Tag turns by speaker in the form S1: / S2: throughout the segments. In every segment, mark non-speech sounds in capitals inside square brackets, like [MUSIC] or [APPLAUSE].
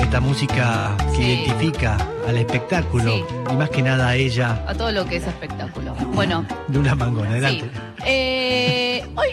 S1: esta música que
S2: Sí.
S1: identifica al espectáculo
S2: Sí.
S1: y más que nada a ella
S2: a todo lo que es espectáculo. Bueno,
S1: de una mangona.
S2: sí.
S1: Adelante.
S2: Eh, hoy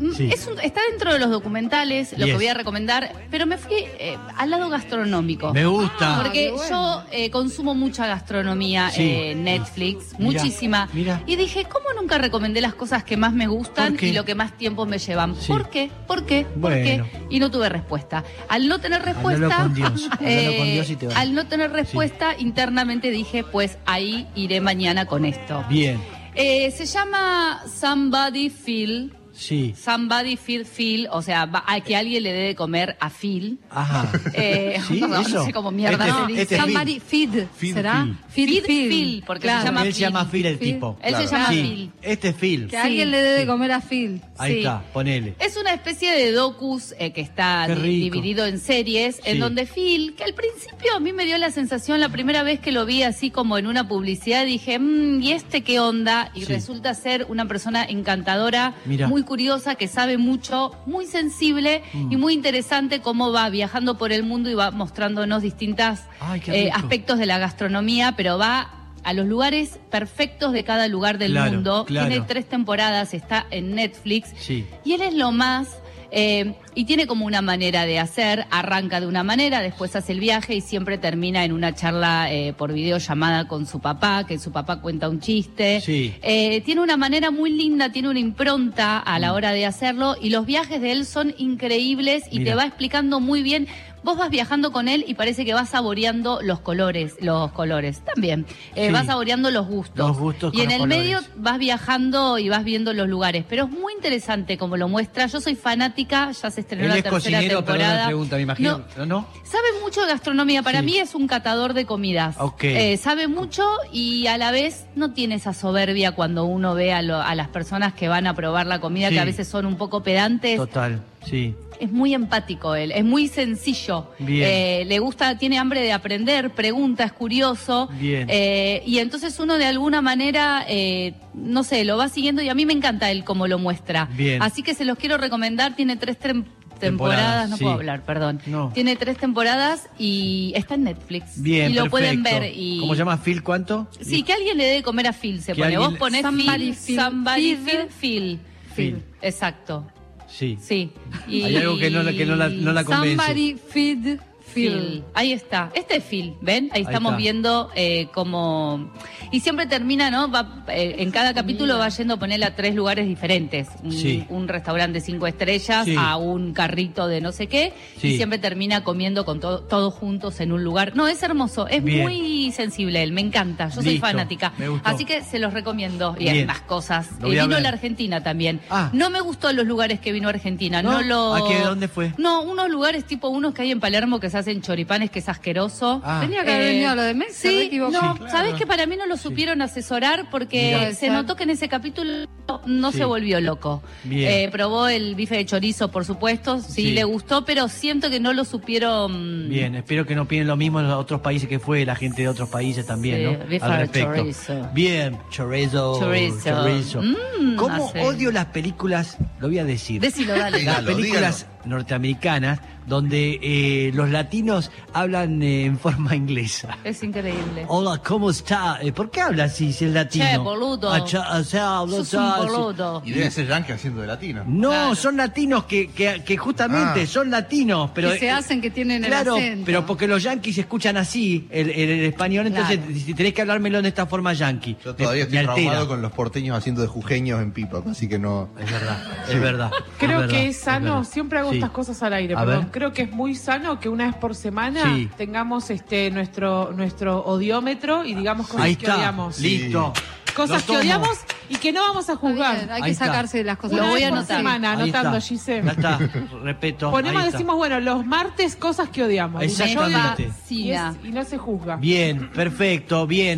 S2: mm,
S1: Sí.
S2: es un- está dentro de los documentales, lo que
S1: Yes.
S2: voy a recomendar, pero me fui eh, al lado gastronómico.
S1: Me gusta.
S2: Oh. Ah, Porque
S3: qué bueno.
S2: yo eh, consumo mucha gastronomía,
S1: Sí.
S2: eh, Netflix,
S1: Mirá,
S2: muchísima.
S1: mirá.
S2: Y dije, ¿cómo nunca recomendé las cosas que más me gustan
S1: ¿Por qué?
S2: y lo que más tiempo me llevan?
S1: Sí.
S2: ¿Por qué? ¿Por qué? ¿Por
S1: Bueno.
S2: qué? Y no tuve respuesta. Al no tener
S1: Háblalo
S2: respuesta, eh,
S1: con Dios,
S3: háblalo con Dios y te va.
S2: al no tener respuesta, internamente dije, pues ahí iré mañana con esto.
S1: Bien,
S2: Eh, se llama Somebody Feel.
S1: sí.
S2: Somebody Feel Feel, o sea, va- a que alguien le dé de comer a Phil.
S1: Ajá.
S2: [LAUGHS] Eh,
S1: ¿Sí?
S2: no, no
S1: ¿Eso?
S2: sé cómo mierda
S1: Este es-
S2: se
S1: este
S2: dice.
S1: es Phil.
S3: Ah, Somebody feed,
S4: Feed,
S3: ¿será?
S2: Phil. Feed Phil, porque se llama
S1: él se llama
S2: Phil.
S1: Phil el
S3: Phil.
S1: tipo.
S2: Él
S4: Claro.
S2: se llama
S1: sí,
S2: Phil.
S1: este es Phil.
S3: Que alguien le dé de comer a Phil.
S1: Ahí
S2: sí.
S1: está, ponele.
S2: Es una especie de docus eh, que está
S1: Qué
S2: di-
S1: rico.
S2: dividido en series,
S1: Sí.
S2: en donde Phil, que al principio a mí me dio la sensación, la primera vez que lo vi así como en una publicidad, dije, "Mm, ¿y este qué onda? Y
S1: Sí.
S2: resulta ser una persona encantadora,
S1: Mirá.
S2: muy curiosa, que sabe mucho, muy sensible
S1: Mm.
S2: y muy interesante cómo va viajando por el mundo y va mostrándonos distintas
S1: Ay, qué
S2: eh,
S1: rico.
S2: aspectos de la gastronomía, pero va a los lugares perfectos de cada lugar del
S1: Claro,
S2: mundo.
S1: claro.
S2: Tiene tres temporadas, está en Netflix.
S1: Sí.
S2: Y él es lo más. eh, y tiene como una manera de hacer, arranca de una manera, después hace el viaje y siempre termina en una charla eh, por videollamada con su papá, que su papá cuenta un chiste.
S1: Sí.
S2: Eh, tiene una manera muy linda, tiene una impronta a
S1: Mm.
S2: la hora de hacerlo y los viajes de él son increíbles y
S1: Mira.
S2: te va explicando muy bien. Vos vas viajando con él y parece que vas saboreando los colores, los colores también. Eh,
S1: Sí.
S2: Vas saboreando los gustos.
S1: Los gustos
S2: y
S1: con
S2: en
S1: los
S2: el medio
S1: colores.
S2: vas viajando y vas viendo los lugares. Pero es muy interesante como lo muestra. Yo soy fanática, ya se estrenó
S1: Él
S2: la
S1: es
S2: tercera
S1: cocinero, perdón
S2: temporada.
S1: la pregunta, me imagino. ¿No?
S2: No,
S1: no?
S2: Sabe mucho de gastronomía, para
S1: Sí.
S2: mí es un catador de comidas.
S1: Ok.
S2: Eh, sabe mucho y a la vez no tiene esa soberbia cuando uno ve a, lo- a las personas que van a probar la comida,
S1: Sí.
S2: que a veces son un poco pedantes.
S1: Total, sí.
S2: Es muy empático él, es muy sencillo.
S1: Bien.
S2: Eh, le gusta, tiene hambre de aprender, pregunta, es curioso.
S1: Bien.
S2: Eh, y entonces uno de alguna manera, eh, no sé, lo va siguiendo y a mí me encanta él como lo muestra.
S1: Bien.
S2: Así que se los quiero recomendar, tiene tres tem- temporadas,
S1: Temporadas,
S2: no
S1: sí.
S2: puedo hablar, perdón.
S1: No.
S2: Tiene tres temporadas y está en Netflix.
S1: Bien,
S2: Y
S1: perfecto.
S2: lo pueden ver. Y...
S1: ¿Cómo se llama Phil cuánto?
S2: Sí, que alguien le dé de comer a Phil, se
S1: Que
S2: pone.
S1: alguien
S2: Vos
S1: le-
S2: ponés
S3: Somebody
S2: Phil,
S3: feed-
S2: somebody
S3: feed-
S2: feed Phil.
S1: Phil.
S2: Exacto.
S1: Sí.
S2: Sí.
S1: Hay algo que no la- que no la- no la convence.
S3: Somebody feed Phil.
S2: Phil. Ahí está. Este es Phil, ¿ven? Ahí,
S1: Ahí
S2: estamos
S1: está.
S2: viendo eh, cómo... Y siempre termina, ¿no? Va, eh, en cada capítulo va yendo a ponerle a tres lugares diferentes. Un,
S1: Sí.
S2: un restaurante de cinco estrellas,
S1: Sí.
S2: a un carrito de no sé qué.
S1: Sí.
S2: Y siempre termina comiendo con to- todos juntos en un lugar. No, es hermoso. Es
S1: Bien.
S2: muy sensible él. Me encanta. Yo soy
S1: Listo.
S2: fanática.
S1: Me gustó.
S2: Así que se los recomiendo. Y hay
S1: Bien.
S2: más cosas.
S1: Lo
S2: Eh,
S1: voy a
S2: vino
S1: ver.
S2: la Argentina también.
S1: Ah.
S2: No me gustó los lugares que vino Argentina.
S1: ¿No?
S2: No, lo...
S1: ¿A qué? ¿Dónde fue?
S2: No, unos lugares tipo unos que hay en Palermo que se hacen choripanes, que es asqueroso.
S1: Ah.
S3: Tenía que haber
S2: Eh,
S3: venido a lo de Messi. se
S2: Sí, no,
S3: equivocó.
S2: sabes que para mí no lo supieron asesorar porque
S1: Mirá.
S2: se notó que en ese capítulo no
S1: Sí.
S2: se volvió loco.
S1: Bien.
S2: Eh, probó el bife de chorizo, por supuesto, sí,
S1: Sí.
S2: le gustó, pero siento que no lo supieron.
S1: Bien, espero que no piden lo mismo en los otros países que fue la gente de otros países también,
S2: Sí,
S1: ¿no?
S2: bifa
S1: Al
S2: de
S1: respecto.
S2: chorizo.
S1: Bien, chorizo.
S2: Chorizo. Mm,
S1: ¿Cómo
S2: hace-
S1: odio las películas? Lo voy a decir.
S2: Decilo, dale.
S1: las
S4: Dígalo,
S1: películas norteamericanas donde eh, los latinos hablan eh, en forma [LAUGHS] inglesa.
S2: es increíble.
S1: Hola, ¿cómo está? Eh, ¿Por qué habla así si es latino?
S2: Che, boludo.
S1: Ah, cha- o sea, hablo
S2: Sos un
S1: cha-
S2: boludo.
S4: Y debe ser Yankee haciendo de latina.
S1: No,
S2: Claro.
S1: son latinos que, que, que justamente
S4: Ah.
S1: son latinos, pero eh,
S3: Que se hacen que tienen el
S1: Claro,
S3: acento. Ah,
S1: pero porque los yanquis escuchan así el, el- el español, entonces
S2: Claro.
S1: si tenés que hablármelo de esta forma yanqui.
S4: Yo todavía
S1: me- me
S4: estoy
S1: altera.
S4: traumado con los porteños haciendo de jujeños en pipa, así que no.
S1: Es verdad, es verdad.
S5: Creo
S1: verdad,
S5: que es sano,
S1: verdad.
S5: siempre hago
S1: Sí.
S5: estas cosas al aire,
S1: A
S5: perdón.
S1: ver.
S5: Creo que es muy sano que una vez por semana
S1: Sí.
S5: tengamos este nuestro nuestro odiómetro y digamos cosas
S1: Ahí
S5: que
S1: está,
S5: odiamos.
S1: listo.
S5: Cosas
S1: Lo
S5: que
S1: tomo.
S5: odiamos y que no vamos a
S3: Está bien,
S5: juzgar.
S1: Ahí
S3: Hay que
S1: está.
S3: sacarse de las cosas.
S2: Lo
S5: Una
S2: voy
S5: vez
S2: a
S5: por
S2: anotar.
S5: semana,
S1: Ahí
S5: anotando,
S1: está.
S5: Giselle.
S1: Ya está, [LAUGHS] respeto.
S5: Ponemos,
S1: ahí está.
S5: decimos, bueno, los martes cosas que odiamos. Y yo digo-
S1: Exactamente.
S5: y, es- y no se juzga.
S1: Bien, perfecto, bien.